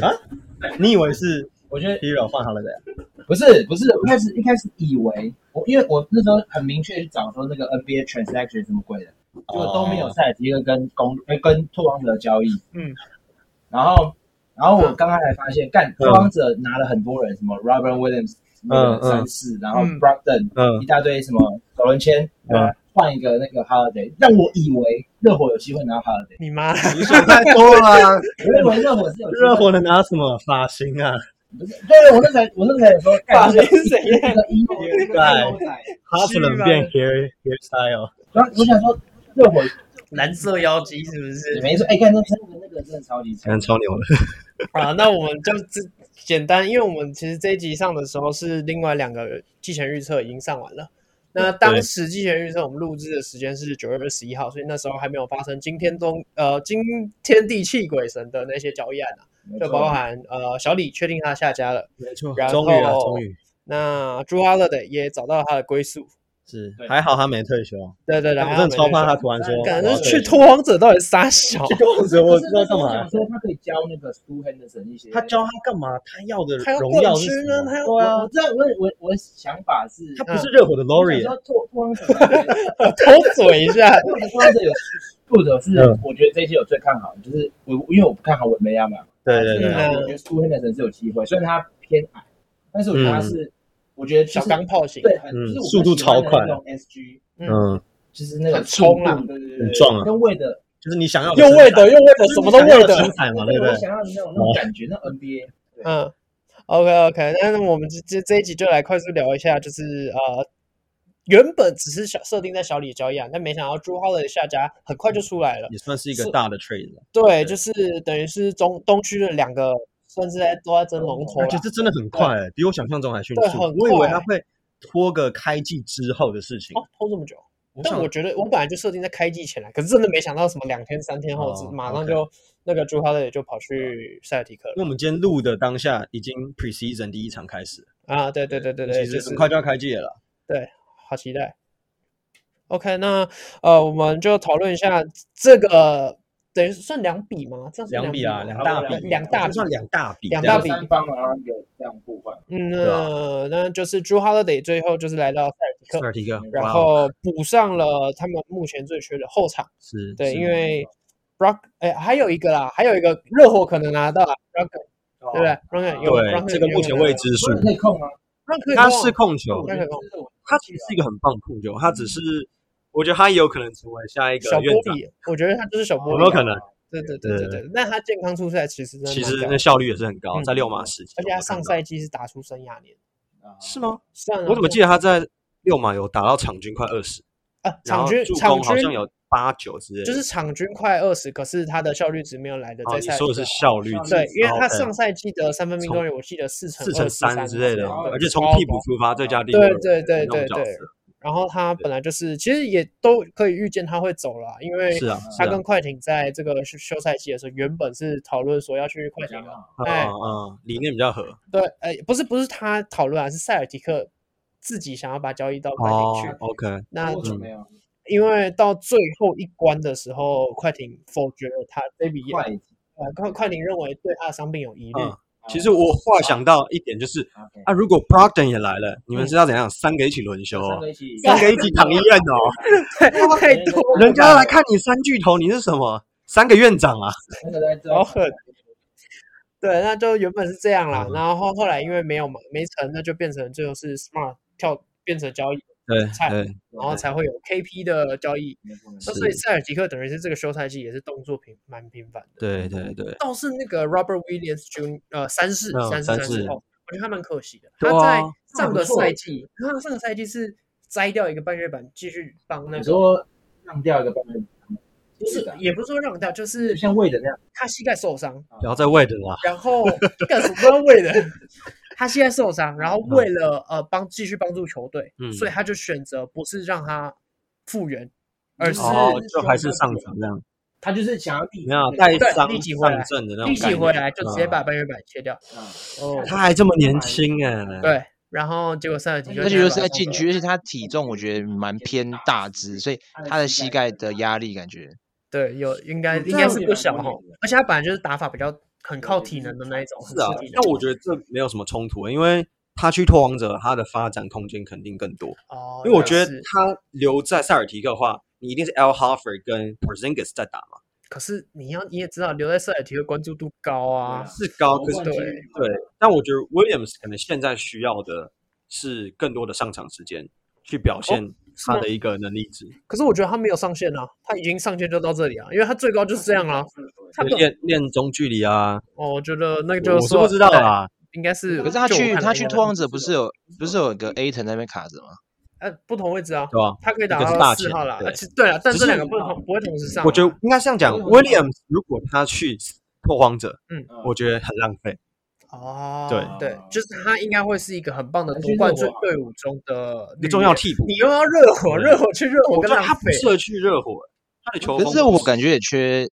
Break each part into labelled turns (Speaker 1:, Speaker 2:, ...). Speaker 1: 啊？ 你以为是
Speaker 2: 我觉得
Speaker 1: Hero 换 Holiday？啊
Speaker 2: 不是不是，我开始一开始以为我，因为我那时候很明确去找说那个 NBA transaction 是什么鬼的，结果都没有
Speaker 1: 哦
Speaker 2: 塞尔提克跟公呃跟拓荒者的交易。
Speaker 3: 嗯，
Speaker 2: 然后然后我刚刚才发现，干拓荒者拿了很多人，什么 Robert Williams 什么三世，然后
Speaker 3: 嗯
Speaker 2: Brogdon 一
Speaker 1: 嗯
Speaker 2: 大堆什么首轮签，
Speaker 1: 嗯
Speaker 2: 换一个那个 Holiday，让我以为热火有机会拿 Holiday，
Speaker 3: 你妈！
Speaker 4: 你想太多了。
Speaker 2: 我认为热火是有机会
Speaker 1: 啊 热火能拿什么发型啊？
Speaker 2: 不是，对我那才我那才有说，
Speaker 3: 发
Speaker 2: 干
Speaker 3: 型是怎
Speaker 2: 那
Speaker 3: 样？
Speaker 2: 个一个一个牛仔，
Speaker 1: 哈弗能
Speaker 3: 啊
Speaker 1: 变 hair hairstyle，
Speaker 2: 然后我想说热火
Speaker 3: 蓝色妖姬是不 是？
Speaker 2: 没错，哎，看那真的那个真的超级强，
Speaker 1: 超牛的。
Speaker 3: 啊，那我们就这简单，因为我们其实这一集上的时候是另外两个季前预测已经上完了。那当时季前预测我们录制的时间是九月二十一号，所以那时候还没有发生惊天中呃惊天地泣鬼神的那些交易案啊，
Speaker 2: 没
Speaker 3: 就
Speaker 2: 错
Speaker 3: 包含呃小李确定他下家了，
Speaker 4: 没错，
Speaker 3: 然后
Speaker 1: 终于啊，终于
Speaker 3: 那朱阿勒的也找到了他的归宿，
Speaker 1: 是
Speaker 2: 对
Speaker 1: 还好他没退休，
Speaker 3: 对对对，
Speaker 1: 我真的超怕他突然说
Speaker 3: 啊感
Speaker 1: 我
Speaker 3: 觉
Speaker 1: 要
Speaker 3: 是
Speaker 1: 退
Speaker 3: 去
Speaker 1: 休
Speaker 3: 拓荒者到底傻小，
Speaker 1: 去公子，我
Speaker 2: 我
Speaker 1: 知道干
Speaker 2: 想
Speaker 1: 嘛？
Speaker 2: 说他可以教那个 s c h o o Henderson 一些，
Speaker 1: 他教他干嘛？他要的
Speaker 3: 还要
Speaker 1: 荣
Speaker 3: 冠
Speaker 1: 耀是
Speaker 3: 军
Speaker 1: 什
Speaker 3: 呢，
Speaker 1: 么
Speaker 3: 还？要
Speaker 2: 我我知道，我我我的想法是，
Speaker 1: 他不是热
Speaker 3: 嗯
Speaker 1: 火的 l
Speaker 2: 我
Speaker 1: u r
Speaker 2: 想
Speaker 1: i
Speaker 2: 说拓拓荒者，拓
Speaker 3: 我偷嘴一 下，
Speaker 2: 荒者有作者是
Speaker 1: 嗯
Speaker 2: 我觉得这一季我最看好，就是我因为我不看好文梅亚嘛，
Speaker 1: 对对
Speaker 2: 但
Speaker 3: 嗯
Speaker 1: 对，
Speaker 2: 是我觉得 s c h o o Henderson 是有机会，虽然他偏矮，但是我觉得他是，我觉得就
Speaker 3: 小
Speaker 2: 是
Speaker 3: 钢炮型，
Speaker 2: 对，很
Speaker 1: 嗯
Speaker 2: 就是我
Speaker 1: 速度超快
Speaker 2: 那种 SG，
Speaker 1: 嗯，
Speaker 2: 就是那个
Speaker 3: 很冲啊
Speaker 2: 啊，对对对，
Speaker 1: 很壮啊
Speaker 2: 跟魏的
Speaker 1: 就是你想 要
Speaker 3: 又为的又为的，
Speaker 1: 就是
Speaker 3: 什
Speaker 1: 你
Speaker 3: 么都
Speaker 1: 想要
Speaker 3: 为
Speaker 1: 的
Speaker 3: 的
Speaker 1: 身，材嘛，对不
Speaker 2: 我
Speaker 1: 对？
Speaker 2: 想要的那种那种感觉，那 NBA
Speaker 3: 嗯。OK OK，那我们这这这一集就来快速聊一下，就是呃，原本只是小设定在小李交易案，但没想到朱浩的下家很快就出来了。
Speaker 1: 也算是一
Speaker 3: 是
Speaker 1: 个大的 trade，了
Speaker 3: 对，就是等于是中东区的两个，算是在都在争龙头
Speaker 1: 而
Speaker 3: 了
Speaker 1: 且。这真的很快、欸，比我想象中还迅
Speaker 3: 对
Speaker 1: 速
Speaker 3: 很。
Speaker 1: 我以为他
Speaker 3: 快
Speaker 1: 会拖个开季之后的事情
Speaker 3: 哦，，拖这么久，但
Speaker 1: 想
Speaker 3: 我觉得我本来就设定在开季前啊来，可是真的没想到什么两天三天后，
Speaker 1: 哦
Speaker 3: 马上
Speaker 1: OK
Speaker 3: 就那个朱哈勒就跑去塞尔提克
Speaker 1: 因为
Speaker 3: 了
Speaker 1: 我们今天录的当下已经 preseason 第一场开始了，
Speaker 3: 啊！对对对对对，
Speaker 1: 其
Speaker 3: 就
Speaker 1: 实
Speaker 3: 是
Speaker 1: 很快就要开季了啦。
Speaker 3: 好期待。OK，那呃，我们就讨论一下这个、呃等于是算两笔吗？这样算
Speaker 1: 两笔
Speaker 3: 笔
Speaker 1: 啊，
Speaker 3: 吗
Speaker 1: 两
Speaker 2: 好
Speaker 1: 大
Speaker 2: 两
Speaker 1: 笔，
Speaker 3: 两大
Speaker 1: 就算
Speaker 3: 笔
Speaker 1: 两大笔这
Speaker 3: 两
Speaker 1: 样子，
Speaker 3: 大
Speaker 2: 有
Speaker 3: 笔
Speaker 2: 三方嘛，然后有这样互换，
Speaker 3: 嗯，
Speaker 1: 对啊
Speaker 3: 那那就是 Drew Holiday 最后就是来到塞尔提
Speaker 1: 塞
Speaker 3: 克，
Speaker 1: 尔提克，
Speaker 3: 然
Speaker 1: 哇哦
Speaker 3: 后补上了他们目前最缺的后场。
Speaker 1: 是，
Speaker 3: 对，
Speaker 1: 是
Speaker 3: 因为 Brock，哎，还有一个啦，还有一个热火可能拿到啦
Speaker 2: 对
Speaker 3: Brock，对不对？Brock 有
Speaker 1: 哦对
Speaker 3: Brock
Speaker 1: 这个目前未
Speaker 3: 知，
Speaker 1: 知
Speaker 2: 不是可
Speaker 1: 数，
Speaker 2: 以控啊，
Speaker 3: Brock
Speaker 1: 他是控球
Speaker 2: 我，觉得这种
Speaker 1: 他其实是一个很棒的控球，他只是我觉得他也有可能成为下一个
Speaker 3: 嗯小
Speaker 1: 院
Speaker 3: 玻
Speaker 1: 长，哦
Speaker 3: 璃，我觉得他就是小玻璃啊，
Speaker 1: 有没有可能？
Speaker 3: 对对对对
Speaker 1: 对
Speaker 3: 对，那他健康出赛其实真的
Speaker 1: 其
Speaker 3: 蛮
Speaker 1: 实
Speaker 3: 屌
Speaker 1: 那
Speaker 3: 的
Speaker 1: 效率也是很高，
Speaker 3: 嗯
Speaker 1: 在六马时期，
Speaker 3: 而且他上赛季是打出生涯年，
Speaker 2: 啊
Speaker 1: 是吗？
Speaker 3: 算啊
Speaker 1: 我怎么
Speaker 3: 算
Speaker 1: 记得他在六马有打到场均快二十，
Speaker 3: 啊？
Speaker 1: 然
Speaker 3: 场
Speaker 1: 后
Speaker 3: 均
Speaker 1: 助
Speaker 3: 场
Speaker 1: 攻好像
Speaker 3: 均
Speaker 1: 有八九之类的，
Speaker 3: 就是场均快二十，可是他的效率值没有来的
Speaker 1: 哦
Speaker 3: 在
Speaker 1: 你
Speaker 3: 赛
Speaker 1: 说的是
Speaker 3: 季好
Speaker 1: 效率值，
Speaker 3: 对，因为
Speaker 1: 哦
Speaker 3: 他
Speaker 1: ，OK
Speaker 3: 上赛季的三分命
Speaker 1: 从
Speaker 3: 中率我记得四乘
Speaker 1: 四乘三
Speaker 3: 三
Speaker 1: 之类的，
Speaker 2: 好像
Speaker 1: 而且从替补出发最佳第一，
Speaker 3: 对对对
Speaker 1: 那种
Speaker 3: 对
Speaker 1: 角
Speaker 3: 对
Speaker 1: 色。
Speaker 3: 然后他本来就是，其实也都可以预见他会走了啊，因为
Speaker 1: 是啊，是
Speaker 3: 他
Speaker 1: 啊
Speaker 3: 跟快艇在这个休休赛期的时候，原本是讨论说要去快艇的，
Speaker 2: 啊
Speaker 1: 嗯
Speaker 3: 哎
Speaker 1: 嗯，理念比较合，
Speaker 3: 对，呃，不是不是他讨论啊，是塞尔提克自己想要把交易到快
Speaker 1: 哦
Speaker 3: 艇去。
Speaker 1: ，OK，
Speaker 3: 那
Speaker 2: 为什么没有？
Speaker 3: 因为到最后一关的时候，快艇否决了他这笔，
Speaker 2: 快一点
Speaker 3: 呃，快快艇认为对他的伤病有疑虑，
Speaker 1: 嗯其实我后来想到一点就是
Speaker 2: 啊，OK，
Speaker 1: 啊，如果 Brogdon 也来了，
Speaker 3: 嗯
Speaker 1: 你们知道怎样？三个一起轮休
Speaker 2: 啊三
Speaker 1: 哦
Speaker 2: 个，一起，
Speaker 1: 三个一起躺医院 哦，
Speaker 3: 太多了
Speaker 1: 人家来看你三巨头，你是什么？三个院长啊？
Speaker 2: 那个在这
Speaker 3: 好狠。对，那就原本是这样啦，
Speaker 1: 嗯
Speaker 3: 然后后来因为没有嘛，没成，那就变成最后是 Smart 跳变成交易，
Speaker 1: 对
Speaker 3: 菜
Speaker 1: 对，
Speaker 3: 然
Speaker 2: 哦
Speaker 3: 后才会有 KP 的交易。那所以
Speaker 1: 是
Speaker 3: 塞尔提克等于是这个休赛季也是动作频蛮频繁的。
Speaker 1: 对对对，
Speaker 3: 倒是那个 Robert Williams Jun 呃三世
Speaker 1: 嗯
Speaker 3: 三世
Speaker 1: 三
Speaker 3: 三世
Speaker 1: 世
Speaker 3: 哦，我觉得他蛮可惜的。
Speaker 1: 对
Speaker 3: 他在
Speaker 1: 啊
Speaker 3: 上
Speaker 2: 不
Speaker 3: 个
Speaker 2: 错
Speaker 3: 赛季，他上个赛季是摘掉一个半月板，继续帮那
Speaker 2: 你
Speaker 3: 个嗯
Speaker 2: 说让掉一个半分，
Speaker 3: 不是也不是说让掉，就是
Speaker 2: 就像魏的那样，
Speaker 3: 他膝盖受伤，
Speaker 1: 然后再喂的啦，
Speaker 3: 然后干什么为了他膝盖受伤，然后为了呃帮继续帮助球队，
Speaker 1: 嗯
Speaker 3: 所以他就选择不是让他复原，而是
Speaker 1: 哦，就还是上场这样，
Speaker 2: 他就是想要立
Speaker 1: 没有啊带伤
Speaker 3: 立即回来
Speaker 1: 上阵哦的那种
Speaker 3: 一
Speaker 1: 感
Speaker 3: 起
Speaker 1: 觉。
Speaker 3: 回来就直接
Speaker 1: 嗯
Speaker 3: 把半月板切掉。
Speaker 2: 嗯
Speaker 3: 哦，
Speaker 1: 他还这么年轻哎，
Speaker 3: 对，然后结果塞尔提克
Speaker 4: 而且
Speaker 3: 现
Speaker 4: 又
Speaker 3: 把
Speaker 4: 是在
Speaker 3: 他
Speaker 4: 禁
Speaker 3: 送走
Speaker 4: 区，而且他体重我觉得蛮偏大只，所以他的膝盖的压力感觉
Speaker 3: 对，有应该
Speaker 2: 嗯
Speaker 3: 应
Speaker 2: 这
Speaker 3: 该
Speaker 2: 样
Speaker 3: 是
Speaker 2: 也
Speaker 3: 不
Speaker 2: 蛮
Speaker 3: 小
Speaker 2: 多
Speaker 3: 哈
Speaker 2: 年的，
Speaker 3: 而且他本来就是打法比较很靠体能的那一种。
Speaker 1: 是啊
Speaker 3: 很吃体，能
Speaker 1: 但我觉得这没有什么冲突，因为他去拓荒者，他的发展空间肯定更多。
Speaker 3: 哦，
Speaker 1: 因为我觉得
Speaker 3: 也是
Speaker 1: 他留在塞尔提克的话，你一定是 L Hoffer 跟 Porzingis 在打嘛，
Speaker 3: 可是你要你也知道，留在塞尔提克关注度高啊，
Speaker 1: 是高，可
Speaker 2: 夺
Speaker 1: 是
Speaker 2: 冠
Speaker 3: 对
Speaker 2: 几率
Speaker 1: 对，但我觉得 Williams 可能现在需要的是更多的上场时间去表现
Speaker 3: 哦是
Speaker 1: 他
Speaker 3: 吗
Speaker 1: 的一个能力值，
Speaker 3: 可是我觉得他没有上限啊，他已经上限就到这里啊，因为他最高就是这样啊。他
Speaker 1: 就
Speaker 3: 根本
Speaker 1: 练练中距离啊，
Speaker 3: 哦，我觉得那个就
Speaker 1: 我是不知道啊
Speaker 3: 对，
Speaker 1: 啦。
Speaker 3: 应该是。
Speaker 4: 可是他
Speaker 3: 就我
Speaker 4: 去
Speaker 3: 看
Speaker 4: 他
Speaker 3: 来
Speaker 4: 去
Speaker 3: 应该
Speaker 4: 拓荒者不是有不是有一个 A 腾在那边卡着吗？
Speaker 3: 呃不同位置啊，
Speaker 1: 对吧？
Speaker 3: 他可以打
Speaker 1: 一个是
Speaker 3: 到
Speaker 1: 大
Speaker 3: 四
Speaker 1: 前
Speaker 3: 号啦。
Speaker 1: 对
Speaker 3: 呃其实对啊，但
Speaker 1: 只
Speaker 3: 这
Speaker 1: 是
Speaker 3: 两个不能同不会同时上啊。
Speaker 1: 我觉得应该这样讲，Williams 如果他去拓荒者，
Speaker 3: 嗯
Speaker 2: 啊
Speaker 1: 我觉得很浪费。
Speaker 3: 哦，
Speaker 1: 对
Speaker 3: 对，就是他应该会是一个很棒的
Speaker 2: 还
Speaker 3: 夺
Speaker 2: 是
Speaker 3: 冠
Speaker 2: 热
Speaker 3: 队
Speaker 2: 火啊
Speaker 3: 队伍中的
Speaker 1: 一个重要
Speaker 3: 体。
Speaker 1: 替补，
Speaker 3: 你又要热火，
Speaker 1: 对
Speaker 3: 热火去热火
Speaker 1: 我
Speaker 3: 跟啊
Speaker 1: 觉得
Speaker 3: 浪
Speaker 1: 他不
Speaker 3: 费。
Speaker 1: 适合去热火，他的球
Speaker 4: 可
Speaker 1: 风
Speaker 4: 是我感觉也缺，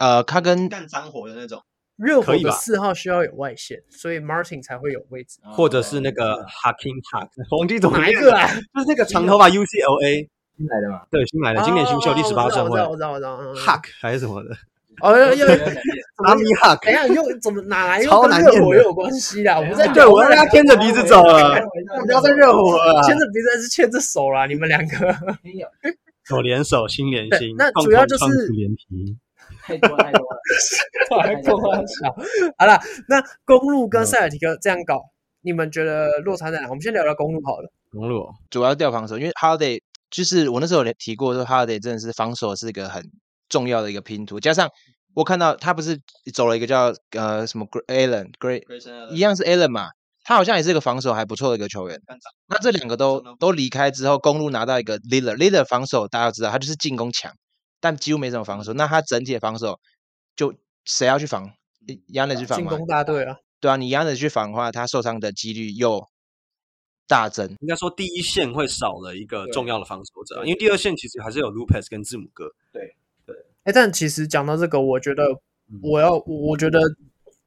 Speaker 4: 呃，他跟
Speaker 5: 干脏活的那种，
Speaker 3: 热
Speaker 1: 可
Speaker 3: 火
Speaker 1: 以
Speaker 3: 的
Speaker 1: 吧
Speaker 3: 四号需要有外线，所以 Martin 才会有位置。
Speaker 1: 或者是那个 Hakim Hak，黄金总
Speaker 3: 哪一个啊？
Speaker 1: 就是那个长头发 UCLA，
Speaker 2: 新来的嘛，
Speaker 1: 对，新来的，今年新秀第十八顺
Speaker 3: 哦我
Speaker 1: 位
Speaker 3: 知道，我知道，我知道。嗯嗯嗯
Speaker 1: Hak 还是什么的，
Speaker 3: 哦，要要，
Speaker 1: 阿米 Hak，
Speaker 3: 等一下哎又怎么哪来又
Speaker 1: 超
Speaker 3: 跟
Speaker 1: 难
Speaker 3: 热
Speaker 1: 念
Speaker 3: 火
Speaker 1: 的
Speaker 3: 又有关系啊啦？我们在
Speaker 1: 对
Speaker 3: 聊
Speaker 1: 我让他
Speaker 3: 那
Speaker 1: 牵着鼻子走了，不要再热火了哎
Speaker 3: 个，牵着鼻子还是牵着手啦，你们两 个。
Speaker 2: 没有
Speaker 1: 手连手，心连
Speaker 3: 对
Speaker 1: 心，
Speaker 3: 那
Speaker 1: 放
Speaker 3: 主要
Speaker 1: 空
Speaker 3: 就是
Speaker 1: 双足连体，
Speaker 2: 太多太多了。
Speaker 3: 还开玩笑。好了，那公路
Speaker 1: 嗯
Speaker 3: 跟塞尔提克这样搞，你们觉得落差在哪？我们先聊聊公路好了。
Speaker 1: 公路哦
Speaker 4: 主要调防守，因为 Holiday 就是我那时候有提过说 Holiday 真的是防守是一个很重要的一个拼图，加上我看到他不是走了一个叫呃什么 Gr- Allen Gray 一样是 Allen 嘛，他好像也是一个防守还不错的一个球员。那这两个都都离开之后，公路拿到一个 l i l l a r l i l l a r 防守大家都知道他就是进攻强，但几乎没什么防守。那他整体的防守就谁要去防？亚内去
Speaker 3: 嗯
Speaker 4: 防
Speaker 3: 进
Speaker 4: 吗？
Speaker 3: 攻大队啊，
Speaker 4: 对啊，你亚内去防的话，他受伤的几率又大增。
Speaker 1: 应该说第一线会少了一个
Speaker 2: 对
Speaker 1: 重要的防守者，
Speaker 2: 对
Speaker 1: 因为第二线其实还是有 Lopez 跟字母哥，
Speaker 3: 哎，但其实讲到这个，我觉得
Speaker 1: 嗯
Speaker 3: 我要，我我觉得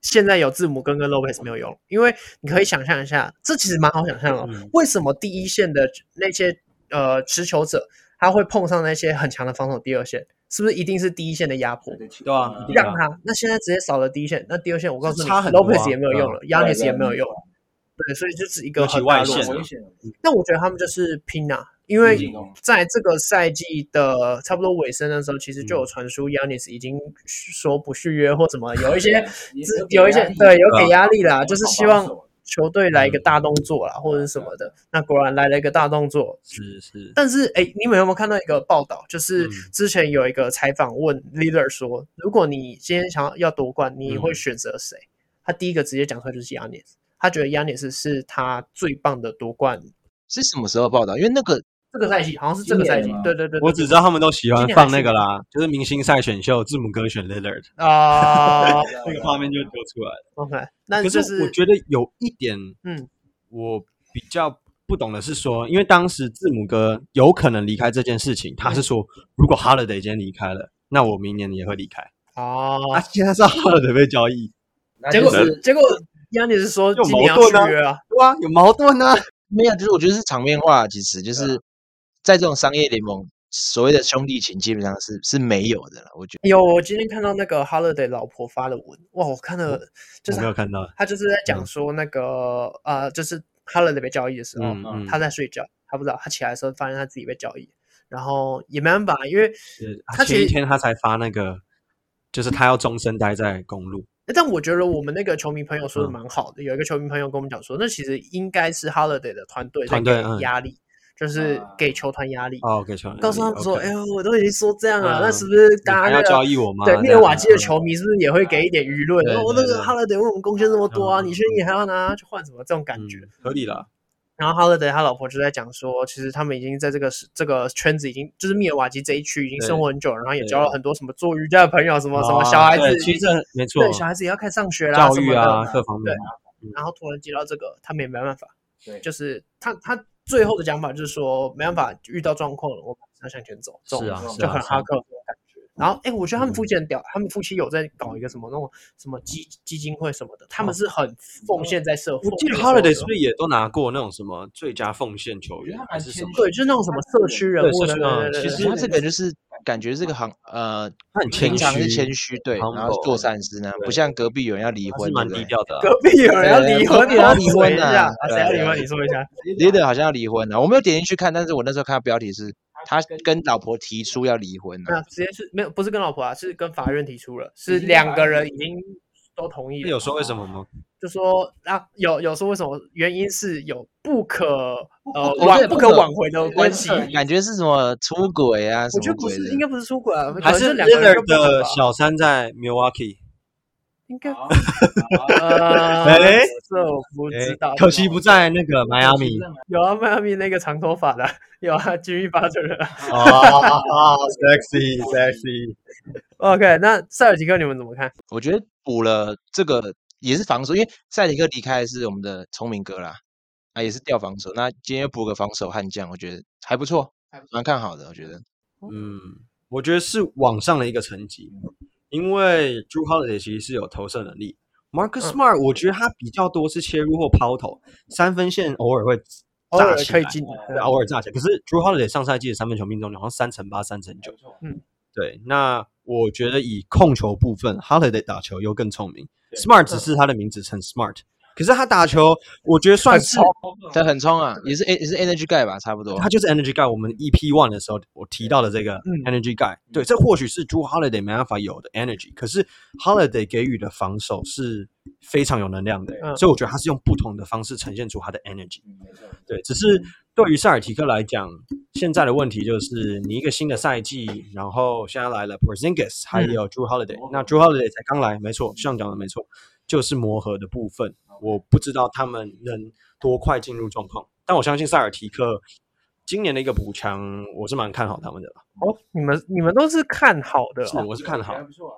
Speaker 3: 现在有字母哥跟 Lopez 没有用，因为你可以想象一下，这其实蛮好想象的。哦
Speaker 1: 嗯
Speaker 3: 为什么第一线的那些呃持球者，他会碰上那些很强的防守第二线？是不是一定是第一线的压迫？
Speaker 1: 对啊一定
Speaker 3: 让他那现在直接少了第一线，那第二线我告诉你
Speaker 1: 差很多啊
Speaker 3: ，Lopez 也没有用了，Yanis
Speaker 2: 对
Speaker 3: 也没有用
Speaker 2: 对，
Speaker 3: 对，所以就是一
Speaker 1: 尤
Speaker 3: 个
Speaker 1: 其
Speaker 3: 很大
Speaker 1: 外
Speaker 3: 的落
Speaker 1: 线
Speaker 3: 差
Speaker 1: 啊
Speaker 2: 危险，
Speaker 3: 那我觉得他们就是拼啊，因为
Speaker 2: 进攻
Speaker 3: 在这个赛季的差不多尾声的时候，其实就
Speaker 1: 嗯
Speaker 3: 有传出 Yanis 已经说不续约或什么，有一 些自有一些对有给压力啦，就是希望球队来一
Speaker 1: 嗯
Speaker 3: 个大动作啦，或者是什么的。那果然来了一个大动作，
Speaker 1: 是是，
Speaker 3: 但是，哎，你们有没有看到一个报道？就是
Speaker 1: 嗯
Speaker 3: 之前有一个采访问 leader 说，如果你今天想要要夺冠，你
Speaker 1: 嗯
Speaker 3: 会选择谁？他第一个直接讲出来就是 Yanis，他觉得 Yanis 是他最棒的夺冠。
Speaker 4: 是什么时候报道？因为那个
Speaker 3: 这个赛季好像是这个
Speaker 2: 今年
Speaker 3: 赛
Speaker 2: 的
Speaker 3: 季
Speaker 2: 吗，
Speaker 3: 对对对，对
Speaker 1: 我只知道他们都喜欢
Speaker 3: 今年还
Speaker 1: 放那个啦，就是明星赛选秀，字母哥选 Lillard，
Speaker 3: 啊。
Speaker 1: 那个画面就丢出来了。
Speaker 3: OK，那
Speaker 1: 啊可
Speaker 3: 就是
Speaker 1: 我觉得有一点，
Speaker 3: 嗯，
Speaker 1: 我比较不懂的是说，因为当时字母哥有可能离开这件事情，
Speaker 3: 嗯
Speaker 1: 他是说如果 Holiday 今天离开了，那我明年也会离开。
Speaker 3: 哦，
Speaker 1: 啊，现在是 Holiday 被交易，
Speaker 3: 结果
Speaker 2: 是
Speaker 3: 结果 Yanis 是说
Speaker 1: 就
Speaker 3: 今年要
Speaker 1: 矛盾啊
Speaker 3: 续约啊，
Speaker 1: 对啊，有矛盾啊。
Speaker 4: 没有，就是我觉得是场面化，其实就是在这种商业联盟，所谓的兄弟情基本上是是没有的了。我觉得
Speaker 3: 有，我今天看到那个 Holiday 老婆发的文，哇，我看了，就是
Speaker 1: 嗯我没有嗯看到，
Speaker 3: 他就是在讲说那个、呃，就是 Holiday 被交易的时候，
Speaker 1: 嗯嗯，
Speaker 3: 啊他在睡觉，他不知道，他起来的时候发现他自己被交易，然后也没办法，因为
Speaker 1: 是啊
Speaker 3: 他其
Speaker 1: 前
Speaker 3: 实
Speaker 1: 一天他才发那个，就是他要终身待在公路，
Speaker 3: 但我觉得我们那个球迷朋友说的
Speaker 1: 嗯
Speaker 3: 蛮好的，有一个球迷朋友跟我们讲说，那其实应该是 Holiday 的团队在
Speaker 1: 团
Speaker 3: 给
Speaker 1: 队嗯
Speaker 3: 压力，就是
Speaker 2: 啊
Speaker 3: 给球团压力。
Speaker 1: 哦，给球员
Speaker 3: 告诉他们说：“哎、呦，我都已经说这样了，
Speaker 1: 嗯
Speaker 3: 那是不是
Speaker 1: 你
Speaker 3: 大
Speaker 1: 还
Speaker 3: 家、那
Speaker 1: 要
Speaker 3: 个、
Speaker 1: 交易我吗？
Speaker 3: 对，
Speaker 1: 这
Speaker 3: 密
Speaker 1: 样
Speaker 3: 尔瓦基的
Speaker 1: 嗯
Speaker 3: 球迷是不是也会给一点舆论？
Speaker 1: 对
Speaker 3: 哦，那
Speaker 1: 对
Speaker 3: 个
Speaker 1: 对
Speaker 3: 哈勒德为我们贡献这么多啊，
Speaker 1: 嗯
Speaker 3: 你去年还要拿去换什么这种感觉？
Speaker 1: 嗯合理啦。
Speaker 3: 然后哈勒德他老婆就在讲说，其实他们已经在这个时这个圈子已经就是密尔瓦基这一区已经
Speaker 1: 对
Speaker 3: 生活很久了，然后也
Speaker 1: 对
Speaker 3: 交了很多什么做瑜伽的朋友，什么什么
Speaker 1: 啊
Speaker 3: 小孩子
Speaker 1: 对，其实没错，
Speaker 3: 对小孩子也要开始上学啦，
Speaker 1: 教
Speaker 3: 什
Speaker 1: 育
Speaker 3: 么
Speaker 1: 啊
Speaker 3: 的。
Speaker 1: 各方面，
Speaker 3: 然后突然接到这个，他们也没办法，
Speaker 2: 对
Speaker 3: 就是他他最后的讲法就是说没办法遇到状况了，我们还是要向前走，这种
Speaker 1: 是啊
Speaker 2: 这种
Speaker 1: 是
Speaker 3: 就
Speaker 1: 啊
Speaker 3: 很
Speaker 1: 是啊
Speaker 3: 哈克的感觉。然后，哎，我觉得他们夫妻很屌，他们夫妻有在搞一个什么那种什么基基金会什么的，他们是很奉献在社会。
Speaker 1: 我记得
Speaker 3: 给社会
Speaker 1: Holiday
Speaker 3: 的
Speaker 1: 是不是也都拿过那种什么最佳奉献球员啊
Speaker 2: 我觉得他
Speaker 1: 还
Speaker 2: 蛮
Speaker 1: 是什么？
Speaker 2: 谦虚
Speaker 3: 对，就是那种什么社区人物
Speaker 1: 对
Speaker 3: 的，
Speaker 1: 社区啊
Speaker 3: 对对对对
Speaker 1: 其
Speaker 4: 其
Speaker 1: 实
Speaker 4: 实他这个就是感觉这个行呃，
Speaker 1: 他很谦
Speaker 4: 平常是
Speaker 1: 虚，
Speaker 4: 谦虚，对，
Speaker 1: humble
Speaker 4: 然后做善事呢，
Speaker 1: 对
Speaker 4: 不像隔壁有人要离
Speaker 1: 他
Speaker 4: 婚，
Speaker 1: 是
Speaker 4: 对
Speaker 1: 蛮
Speaker 4: 不
Speaker 1: 低
Speaker 4: 对？
Speaker 1: 调的啊。
Speaker 3: 隔壁有人要离婚，
Speaker 4: 对对对
Speaker 3: 我
Speaker 4: 隔壁有人要离婚啊
Speaker 3: 水一下啊！谁
Speaker 4: 对
Speaker 3: 要
Speaker 4: 对
Speaker 3: 离婚？
Speaker 4: 对
Speaker 3: 你说一下。
Speaker 4: ，leader 好像要离婚啊了，我没有点进去看，但是我那时候看到标题是他跟老婆提出要离婚啊
Speaker 3: 那
Speaker 1: 啊
Speaker 4: 了，
Speaker 3: 直接是没有，不是跟老婆啊，是跟法院提出了，是
Speaker 2: 已经
Speaker 3: 两
Speaker 2: 法
Speaker 3: 个
Speaker 2: 院
Speaker 3: 人已经都同意
Speaker 1: 那
Speaker 3: 了。
Speaker 1: 有说为什么吗？
Speaker 3: 就说啊，有有说为什么？原因是有不可呃
Speaker 4: 不
Speaker 3: 挽
Speaker 4: 对
Speaker 3: 不
Speaker 4: 不
Speaker 3: 可
Speaker 4: 可
Speaker 3: 挽回的关系。
Speaker 2: 对
Speaker 4: 感觉是什么出轨啊什
Speaker 3: 我觉
Speaker 4: 么
Speaker 3: 得不
Speaker 4: 鬼
Speaker 3: 是，
Speaker 4: 的
Speaker 3: 应。该不是出轨啊，可
Speaker 1: 还
Speaker 3: 能
Speaker 1: 是
Speaker 3: 两个人就
Speaker 1: Leader
Speaker 3: 不合
Speaker 1: 的
Speaker 3: 吧
Speaker 1: 小三在 Milwaukee？
Speaker 3: 应该
Speaker 2: 好
Speaker 3: 呃，
Speaker 1: 哎
Speaker 3: 这我不知道，
Speaker 1: 可惜不在那个迈阿 密。
Speaker 3: 有啊，迈阿密那个长头发的有啊，Jimmy Butler 啊。
Speaker 1: 哦，sexy sexy，
Speaker 3: OK，那塞尔吉克你们怎么看？
Speaker 4: 我觉得补了这个也是防守，因为塞迪克离开的是我们的聪明哥啦，啊也是掉防守，那今天又补个防守悍将，我觉得还不错，蛮看好的，我觉得。
Speaker 1: 嗯，我觉得是往上的一个层级，因为 Drew Holiday 其实是有投射能力，Marcus
Speaker 3: 嗯
Speaker 1: Smart 我觉得他比较多是切入或抛投，三分线偶尔会
Speaker 3: 偶
Speaker 1: 炸
Speaker 3: 尔
Speaker 1: 起
Speaker 3: 哦可以
Speaker 1: 来，哦
Speaker 3: 进来，
Speaker 1: 对偶尔炸起来。可是 Drew Holiday 上赛季的三分球命中率好像三成八、三成九，对，那我觉得以控球部分，Holiday 打球又更聪明
Speaker 2: 对
Speaker 1: ，Smart
Speaker 3: 嗯
Speaker 1: 只是他的名字很 Smart，可是他打球，我觉得算是
Speaker 4: 他很冲啊，也是 A 也是 energy guy 吧，差不多。
Speaker 1: 他就是 Energy Guy。我们 EP One 的时候我提到的这个
Speaker 3: 嗯
Speaker 1: Energy Guy，、对，这或许是 Drew Holiday 没办法有的 energy，可是 Holiday 给予的防守是非常有能量的，
Speaker 3: 嗯
Speaker 1: 所以我觉得他是用不同的方式呈现出他的 energy。
Speaker 2: 没错，
Speaker 1: 对，只是对于塞尔提克来讲，现在的问题就是你一个新的赛季，然后现在来了 Porzingis，还
Speaker 3: 嗯
Speaker 1: 有 Drew Holiday，、
Speaker 2: 磨合
Speaker 3: 哦
Speaker 1: 那 Drew Holiday 才刚来，没错，像讲的没错，就是磨合的部分，我不知道他们能多快进入状况，但我相信塞尔提克今年的一个补强，我是蛮看好他们的啦，
Speaker 3: 哦，你们你们都是看好的、
Speaker 1: 是
Speaker 3: 哦，
Speaker 1: 我是看好
Speaker 2: 还，不错啊。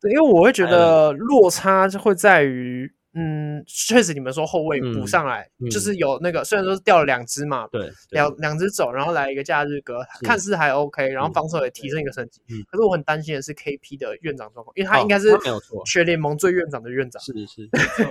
Speaker 3: 对，因为我会觉
Speaker 1: 还
Speaker 3: 得落差就会在于，嗯，确实你们说后卫补
Speaker 1: 嗯
Speaker 3: 上来、
Speaker 1: 嗯
Speaker 3: 就是有那个，虽然说是掉了两只嘛，
Speaker 1: 对，对
Speaker 3: 两两只走，然后来一个假日哥，看似还 OK，然后
Speaker 1: 嗯
Speaker 3: 防守也提升一个层级。
Speaker 1: 嗯
Speaker 3: 可是我很担心的是 KP 的院长状况，因为他
Speaker 1: 哦
Speaker 3: 应该是
Speaker 1: 他没有错
Speaker 3: 全联盟最院长的院长。
Speaker 1: 是 是，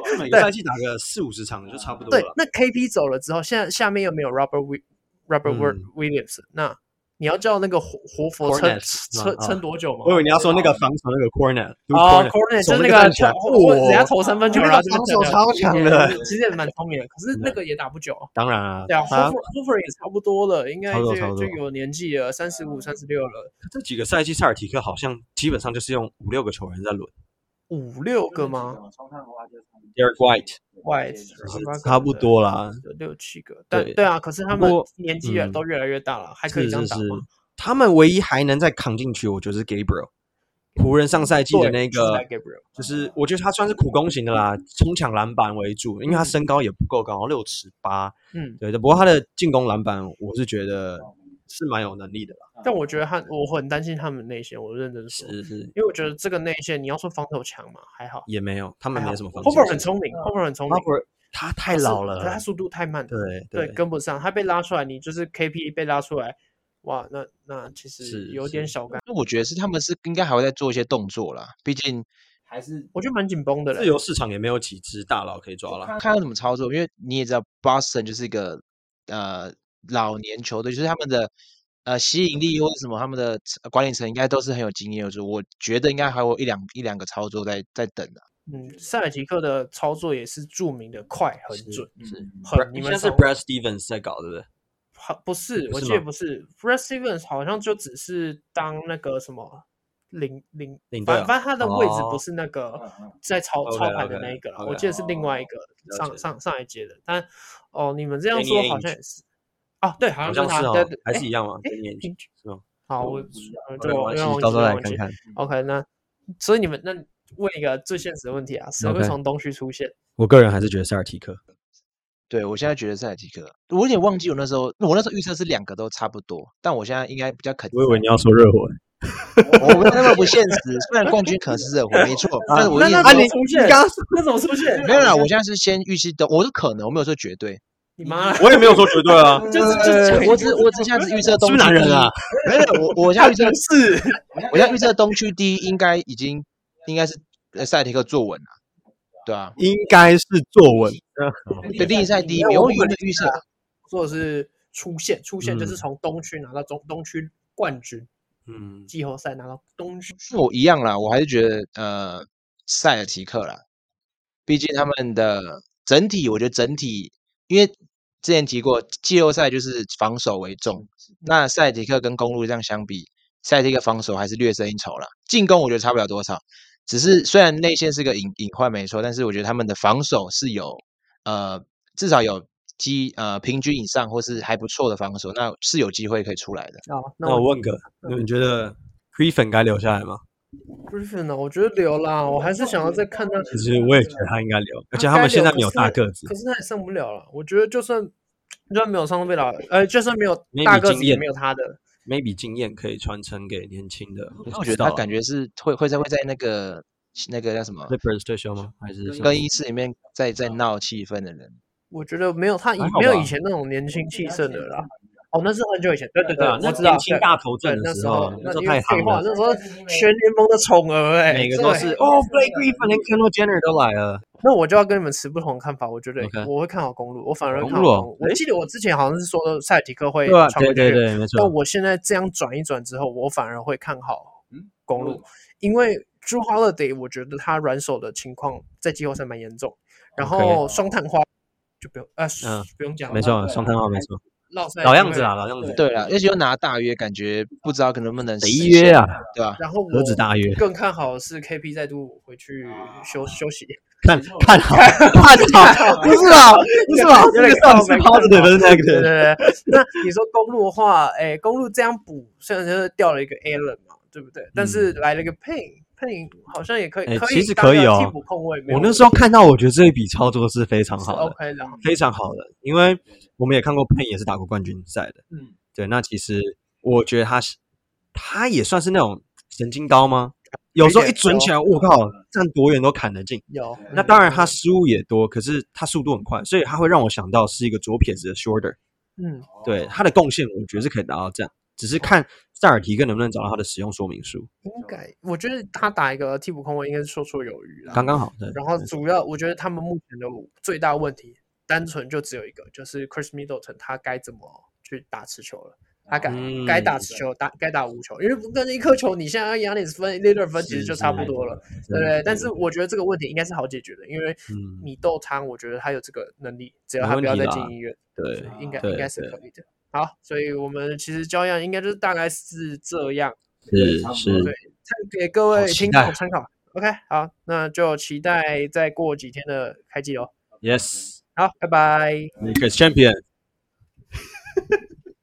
Speaker 1: 是每个赛季打个四五十场就差不多
Speaker 3: 对
Speaker 1: 了，，
Speaker 3: 那 KP 走了之后，现在下面又没有 Robert Wi- Robert Wi-
Speaker 1: 嗯
Speaker 3: Williams，、那你要叫那个活活佛撑
Speaker 1: Cornets，
Speaker 3: 撑
Speaker 1: 嗯嗯
Speaker 3: 撑多久
Speaker 1: 我以
Speaker 3: 吗？
Speaker 1: 为你要说那个防守那个 corner，
Speaker 3: 哦 c o r n e t 就是那个
Speaker 1: 站起
Speaker 3: 投
Speaker 1: 来，
Speaker 3: 或人家投三分球，
Speaker 1: 哦那
Speaker 3: 然
Speaker 1: 个
Speaker 3: 后就
Speaker 1: 防守
Speaker 3: 这样
Speaker 1: 超强的。
Speaker 3: 其实也蛮聪明的，可是那个也打不久。
Speaker 1: 当然啊，
Speaker 3: 对啊
Speaker 1: 他
Speaker 3: ，Hofer Hofer 也差不多了，应该
Speaker 1: 差不
Speaker 3: 就
Speaker 1: 多差不
Speaker 3: 就
Speaker 1: 多
Speaker 3: 有年纪了，三十五、三十六了，
Speaker 1: 这几个赛季塞尔提克好像基本上就是用五六个球员在轮
Speaker 3: 五六个吗？？
Speaker 1: ，Derek White
Speaker 3: 外
Speaker 1: 就是差不多啦。
Speaker 3: 有六七个，但
Speaker 1: 对
Speaker 3: 对啊，可是他
Speaker 1: 不
Speaker 3: 们
Speaker 1: 过
Speaker 3: 年纪也
Speaker 1: 嗯
Speaker 3: 都越来越大了，还可以
Speaker 1: 是
Speaker 3: 这样
Speaker 1: 是
Speaker 3: 打
Speaker 1: 是
Speaker 3: 吗？，
Speaker 1: 他们唯一还能再扛进去，我觉得是 Gabriel。湖人上赛季的
Speaker 3: 对，
Speaker 1: 那
Speaker 3: 就是
Speaker 1: 个
Speaker 3: Gabriel
Speaker 1: 就是我觉得他算是苦攻型的啦，冲抢篮板为主，因为他身高也不够高，六尺八。
Speaker 3: 嗯，
Speaker 1: 对的，不过他的进攻篮板，我是觉得是蛮有能力的啦。
Speaker 3: 但我觉得他，我很担心他们内线，我认真说，
Speaker 1: 是是，
Speaker 3: 因为我觉得这个内线你要说防守强嘛，还好，
Speaker 1: 也没有，他们
Speaker 3: 还好
Speaker 1: 没什么防守。
Speaker 3: Hofer 哎很聪明
Speaker 2: 嗯
Speaker 3: ，Hofer 很聪明，
Speaker 1: Hofer 他太
Speaker 3: 可是
Speaker 1: 老
Speaker 3: 可是他
Speaker 1: 了，
Speaker 3: 速度太慢了，
Speaker 1: 对
Speaker 3: 对，跟不上，他被拉出来，你就是 KP 被拉出来，哇，那那其实
Speaker 1: 是
Speaker 3: 有点
Speaker 1: 是
Speaker 3: 小尴，
Speaker 4: 那我觉得是他们是应该还会再做一些动作啦，毕竟
Speaker 2: 还是
Speaker 3: 我觉得蛮紧绷的
Speaker 1: 自
Speaker 3: 嘞。
Speaker 1: 由市场也没有几只大佬可以抓了。
Speaker 4: 看他怎么操作，因为你也知道 Boston 就是一个呃老年球队，就是他们的呃吸引力或者什么，他们的呃管理层应该都是很有经验的，就是我觉得应该还有一两一两个操作在在等啊的、
Speaker 3: 嗯，塞尔提克的操作也是著名的快、很准、
Speaker 1: 是，
Speaker 3: 很你
Speaker 1: 你
Speaker 3: 们
Speaker 1: 们是
Speaker 3: 上
Speaker 1: Brad Stevens 在搞，对不对？
Speaker 3: 好不是，
Speaker 1: 不
Speaker 3: 我
Speaker 1: 是
Speaker 3: 记得
Speaker 1: 吗
Speaker 3: 不是 f r e s t e v e n s 好像就只是当那个什么领领
Speaker 1: 领队
Speaker 3: 反
Speaker 1: 啊
Speaker 3: 反正他的位置
Speaker 1: 哦
Speaker 3: 不是那个
Speaker 2: 嗯嗯
Speaker 3: 在操操
Speaker 1: OK，OK，
Speaker 3: 盘的那一个啦，我
Speaker 1: OK，哦
Speaker 3: 记得是另外一个
Speaker 1: 了
Speaker 3: 上
Speaker 1: 解
Speaker 3: 上上一届的，但哦，你们这样
Speaker 1: Danny
Speaker 3: 说好
Speaker 1: Ainge
Speaker 3: 像也是啊，对，好
Speaker 1: 好
Speaker 3: 像
Speaker 1: 像
Speaker 3: 是他
Speaker 1: 是，
Speaker 3: 对
Speaker 1: 哦
Speaker 3: 对，
Speaker 1: 还
Speaker 3: 诶
Speaker 1: 是一样嘛，
Speaker 3: 诶
Speaker 1: 跟年纪
Speaker 3: 平均
Speaker 1: 是吗？
Speaker 3: 好，
Speaker 2: 我
Speaker 3: 我
Speaker 2: 不知道
Speaker 3: 嗯
Speaker 1: 没
Speaker 3: 这我
Speaker 1: 关
Speaker 3: 因
Speaker 1: 系
Speaker 3: 为忘，
Speaker 1: 到
Speaker 3: 记
Speaker 1: 时候
Speaker 3: 了
Speaker 1: 来
Speaker 3: 忘
Speaker 1: 看
Speaker 3: 记
Speaker 1: 看。
Speaker 3: OK，那所以你们那问一个最现实的问题啊，谁会
Speaker 1: OK
Speaker 3: 从东区出现？
Speaker 1: 我个人还是觉得塞尔提克，
Speaker 4: 对我现在觉得塞尔提克，我有点忘记我那时候，我那时候预测是两个都差不多，但我现在应该比较肯定。
Speaker 1: 我以为你要说热火。
Speaker 4: 我们那么不现实，虽然冠军可能是热火，没错，但是我
Speaker 1: 啊
Speaker 3: 那
Speaker 4: 一
Speaker 3: 那
Speaker 4: 直
Speaker 3: 怎
Speaker 4: 说
Speaker 3: 么出现？
Speaker 1: 刚刚
Speaker 3: 那怎么出现？
Speaker 4: 没有啦，我现在是先预期都，我是可能，我没有说绝对，
Speaker 3: 你妈啦！
Speaker 1: 我也没有说绝对啊，
Speaker 3: 就是就是讲一
Speaker 4: 呃
Speaker 3: 句
Speaker 4: 我只我只想只预测
Speaker 1: 是
Speaker 4: 东
Speaker 1: 不
Speaker 4: 区
Speaker 1: 是男
Speaker 4: 第
Speaker 1: 人
Speaker 4: 一
Speaker 1: 啊？？
Speaker 4: 没有，我我现在预测
Speaker 3: 不啊是
Speaker 4: 我现在预测东区第一应该已经应该是呃赛提克坐稳了，对啊，
Speaker 1: 应该是坐稳。
Speaker 4: 对，另一赛第一
Speaker 3: 没
Speaker 4: 名，
Speaker 3: 有
Speaker 4: 我
Speaker 3: 我
Speaker 4: 原本预测
Speaker 3: 说的是出线，出线就
Speaker 1: 嗯
Speaker 3: 是从东区拿到中东区冠军，
Speaker 1: 嗯，
Speaker 3: 季后赛拿到东区。
Speaker 4: 跟我一样啦，我还是觉得呃塞尔提克啦，毕竟他们的整体，我觉得整体，因为之前提过季后赛就是防守为重，那塞尔提克跟公路这样相比，塞尔提克防守还是略胜一筹啦，进攻我觉得差不了多少，只是虽然内线是个隐隐患没错，但是我觉得他们的防守是有呃至少有。基呃平均以上或是还不错的防守，那是有机会可以出来的。
Speaker 3: 啊，那
Speaker 1: 那我
Speaker 3: 我
Speaker 1: 问个，你们觉得 Griffin 该留下来吗？
Speaker 3: Griffin 呢？我觉得留啦，我还是想要再看他。
Speaker 1: 其实我也觉得他应该留，而且
Speaker 3: 他
Speaker 1: 他们
Speaker 3: 该
Speaker 1: 现在
Speaker 3: 留
Speaker 1: 没有大个子
Speaker 3: 可，是他也上不了了。我觉得就算就算没有上到贝老，呃，就算没有
Speaker 1: 没
Speaker 3: 大
Speaker 1: 你
Speaker 3: 个
Speaker 1: 经
Speaker 3: 子也
Speaker 1: 验
Speaker 3: 没有他的。
Speaker 1: ，maybe 经验可以传承给年轻的。
Speaker 4: 我觉得他感觉是会会在会在那个那个叫什么
Speaker 1: Clippers 退休吗？还是什么
Speaker 4: 更衣室里面在在闹气氛的人，
Speaker 3: 我觉得没有他以
Speaker 1: 还好
Speaker 3: 没有
Speaker 1: 吧
Speaker 3: 以前那种年轻气盛的啦。哦，那是很久以前，对对
Speaker 1: 对啊，
Speaker 3: 我
Speaker 1: 那
Speaker 3: 知道
Speaker 1: 年。轻
Speaker 3: 对
Speaker 1: 大头阵
Speaker 3: 对，
Speaker 1: 的
Speaker 3: 那
Speaker 1: 时
Speaker 3: 时
Speaker 1: 候
Speaker 3: 候，
Speaker 1: 那
Speaker 3: 那
Speaker 1: 时候
Speaker 3: 因为
Speaker 1: 太
Speaker 3: 废
Speaker 1: 夯
Speaker 3: 话，
Speaker 1: 了，
Speaker 3: 那时候全联盟的宠儿哎、
Speaker 1: 每个都
Speaker 3: 对
Speaker 1: 是哦，Blake Griffin 跟 Kendall Jenner 都来了，
Speaker 3: 那我就要跟你们持不同的看法，我觉得
Speaker 1: OK
Speaker 3: 我会看好公路，我反而会
Speaker 1: 公
Speaker 3: 看好
Speaker 1: 路哦
Speaker 3: 公路。我记得我之前好像是说赛提克会
Speaker 1: 对啊，
Speaker 3: 传
Speaker 1: 对
Speaker 3: 回去，
Speaker 1: 对对，没
Speaker 3: 但
Speaker 1: 错，
Speaker 3: 我现在这样转一转之后，我反而会看好
Speaker 2: 嗯
Speaker 3: 公
Speaker 1: 哦
Speaker 3: 路，因为 Drew Holiday 我觉得他软手的情况在季后赛蛮严重，然后
Speaker 1: OK
Speaker 3: 双探花就不用呃、
Speaker 1: 嗯
Speaker 3: 不用讲了，
Speaker 1: 没错，
Speaker 2: 对啊
Speaker 1: 双探号没错，
Speaker 3: 老赛
Speaker 1: 老样
Speaker 3: 因
Speaker 1: 子啊
Speaker 3: 为
Speaker 1: 啦，老样子，
Speaker 4: 对了，而且又拿大约，感觉不知道可能不能
Speaker 1: 得
Speaker 4: 实
Speaker 1: 约
Speaker 4: 现
Speaker 1: 啊，
Speaker 4: 对吧？
Speaker 3: 然后我
Speaker 1: 何止大约，啊
Speaker 3: 更看好的是 KP 再度回去休休息，
Speaker 1: 看看好，看好，不是啊，不是啊，
Speaker 3: 有
Speaker 1: 这
Speaker 3: 点
Speaker 1: 个
Speaker 3: 靠
Speaker 1: 上是
Speaker 3: 没看
Speaker 1: positive
Speaker 3: 好
Speaker 1: 还是
Speaker 3: 对
Speaker 1: negative，
Speaker 3: 对对。那你说公路的话，哎，公路这样补，虽然就是掉了一个 Allen 嘛，对不对？但是来了一个 Pain，Pain 好像也可以，
Speaker 1: 哎
Speaker 3: 可
Speaker 1: 嗯
Speaker 3: 以
Speaker 1: 其实
Speaker 3: 当
Speaker 1: 可以
Speaker 3: 个
Speaker 1: 哦
Speaker 3: 替补控位。没有
Speaker 1: 我那
Speaker 3: 问
Speaker 1: 时候
Speaker 3: 题
Speaker 1: 看到，我觉得这一笔操作是非常
Speaker 3: 是哦
Speaker 1: 好的，
Speaker 3: OK 的，
Speaker 1: 非常好的，因为我们也看过佩也是打过冠军赛的，
Speaker 2: 嗯，
Speaker 1: 对，那其实我觉得他是，他也算是那种神经刀吗？有时候一准起来，我靠，站多远都砍得进。
Speaker 3: 有。
Speaker 1: 那当然，他失误也多，可是他速度很快，所以他会让我想到是一个左撇子的 shorter。
Speaker 3: 嗯，
Speaker 1: 对他的贡献，我觉得是可以达到这样，只是看塞尔提克能不能找到他的使用说明书，
Speaker 3: 应该我觉得他打一个替补控位应该是绰绰有余啦。
Speaker 1: 刚刚好。对，
Speaker 3: 然后主要我觉得他们目前的最大问题，单纯就只有一个，就是 Chris Middleton 他该怎么去打持球了。他该、
Speaker 1: 嗯
Speaker 3: 该打持球，打该打无球，因为跟一颗球，你现在亚尼斯分、利勒分其实就差不多了，对不对？但是我觉得这个问题应该是好解决的，因为
Speaker 1: 嗯，
Speaker 3: 米豆汤，我觉得他有这个能力，只要
Speaker 1: 没
Speaker 3: 他
Speaker 1: 问
Speaker 3: 不要
Speaker 1: 题
Speaker 3: 再
Speaker 1: 啦
Speaker 3: 进医院，
Speaker 1: 对
Speaker 3: 所以应该
Speaker 1: 对
Speaker 3: 应该是
Speaker 1: 对
Speaker 3: 可以的。好，所以我们其实交易应该就是大概是这样。
Speaker 1: 是
Speaker 3: 对
Speaker 1: 是，，
Speaker 3: 参给各位
Speaker 1: 期
Speaker 3: 听
Speaker 1: 待
Speaker 3: 众参考。OK，好，那就期待再过几天的开季哦。
Speaker 1: ，yes，
Speaker 3: 好，拜拜。
Speaker 1: 你可 champion。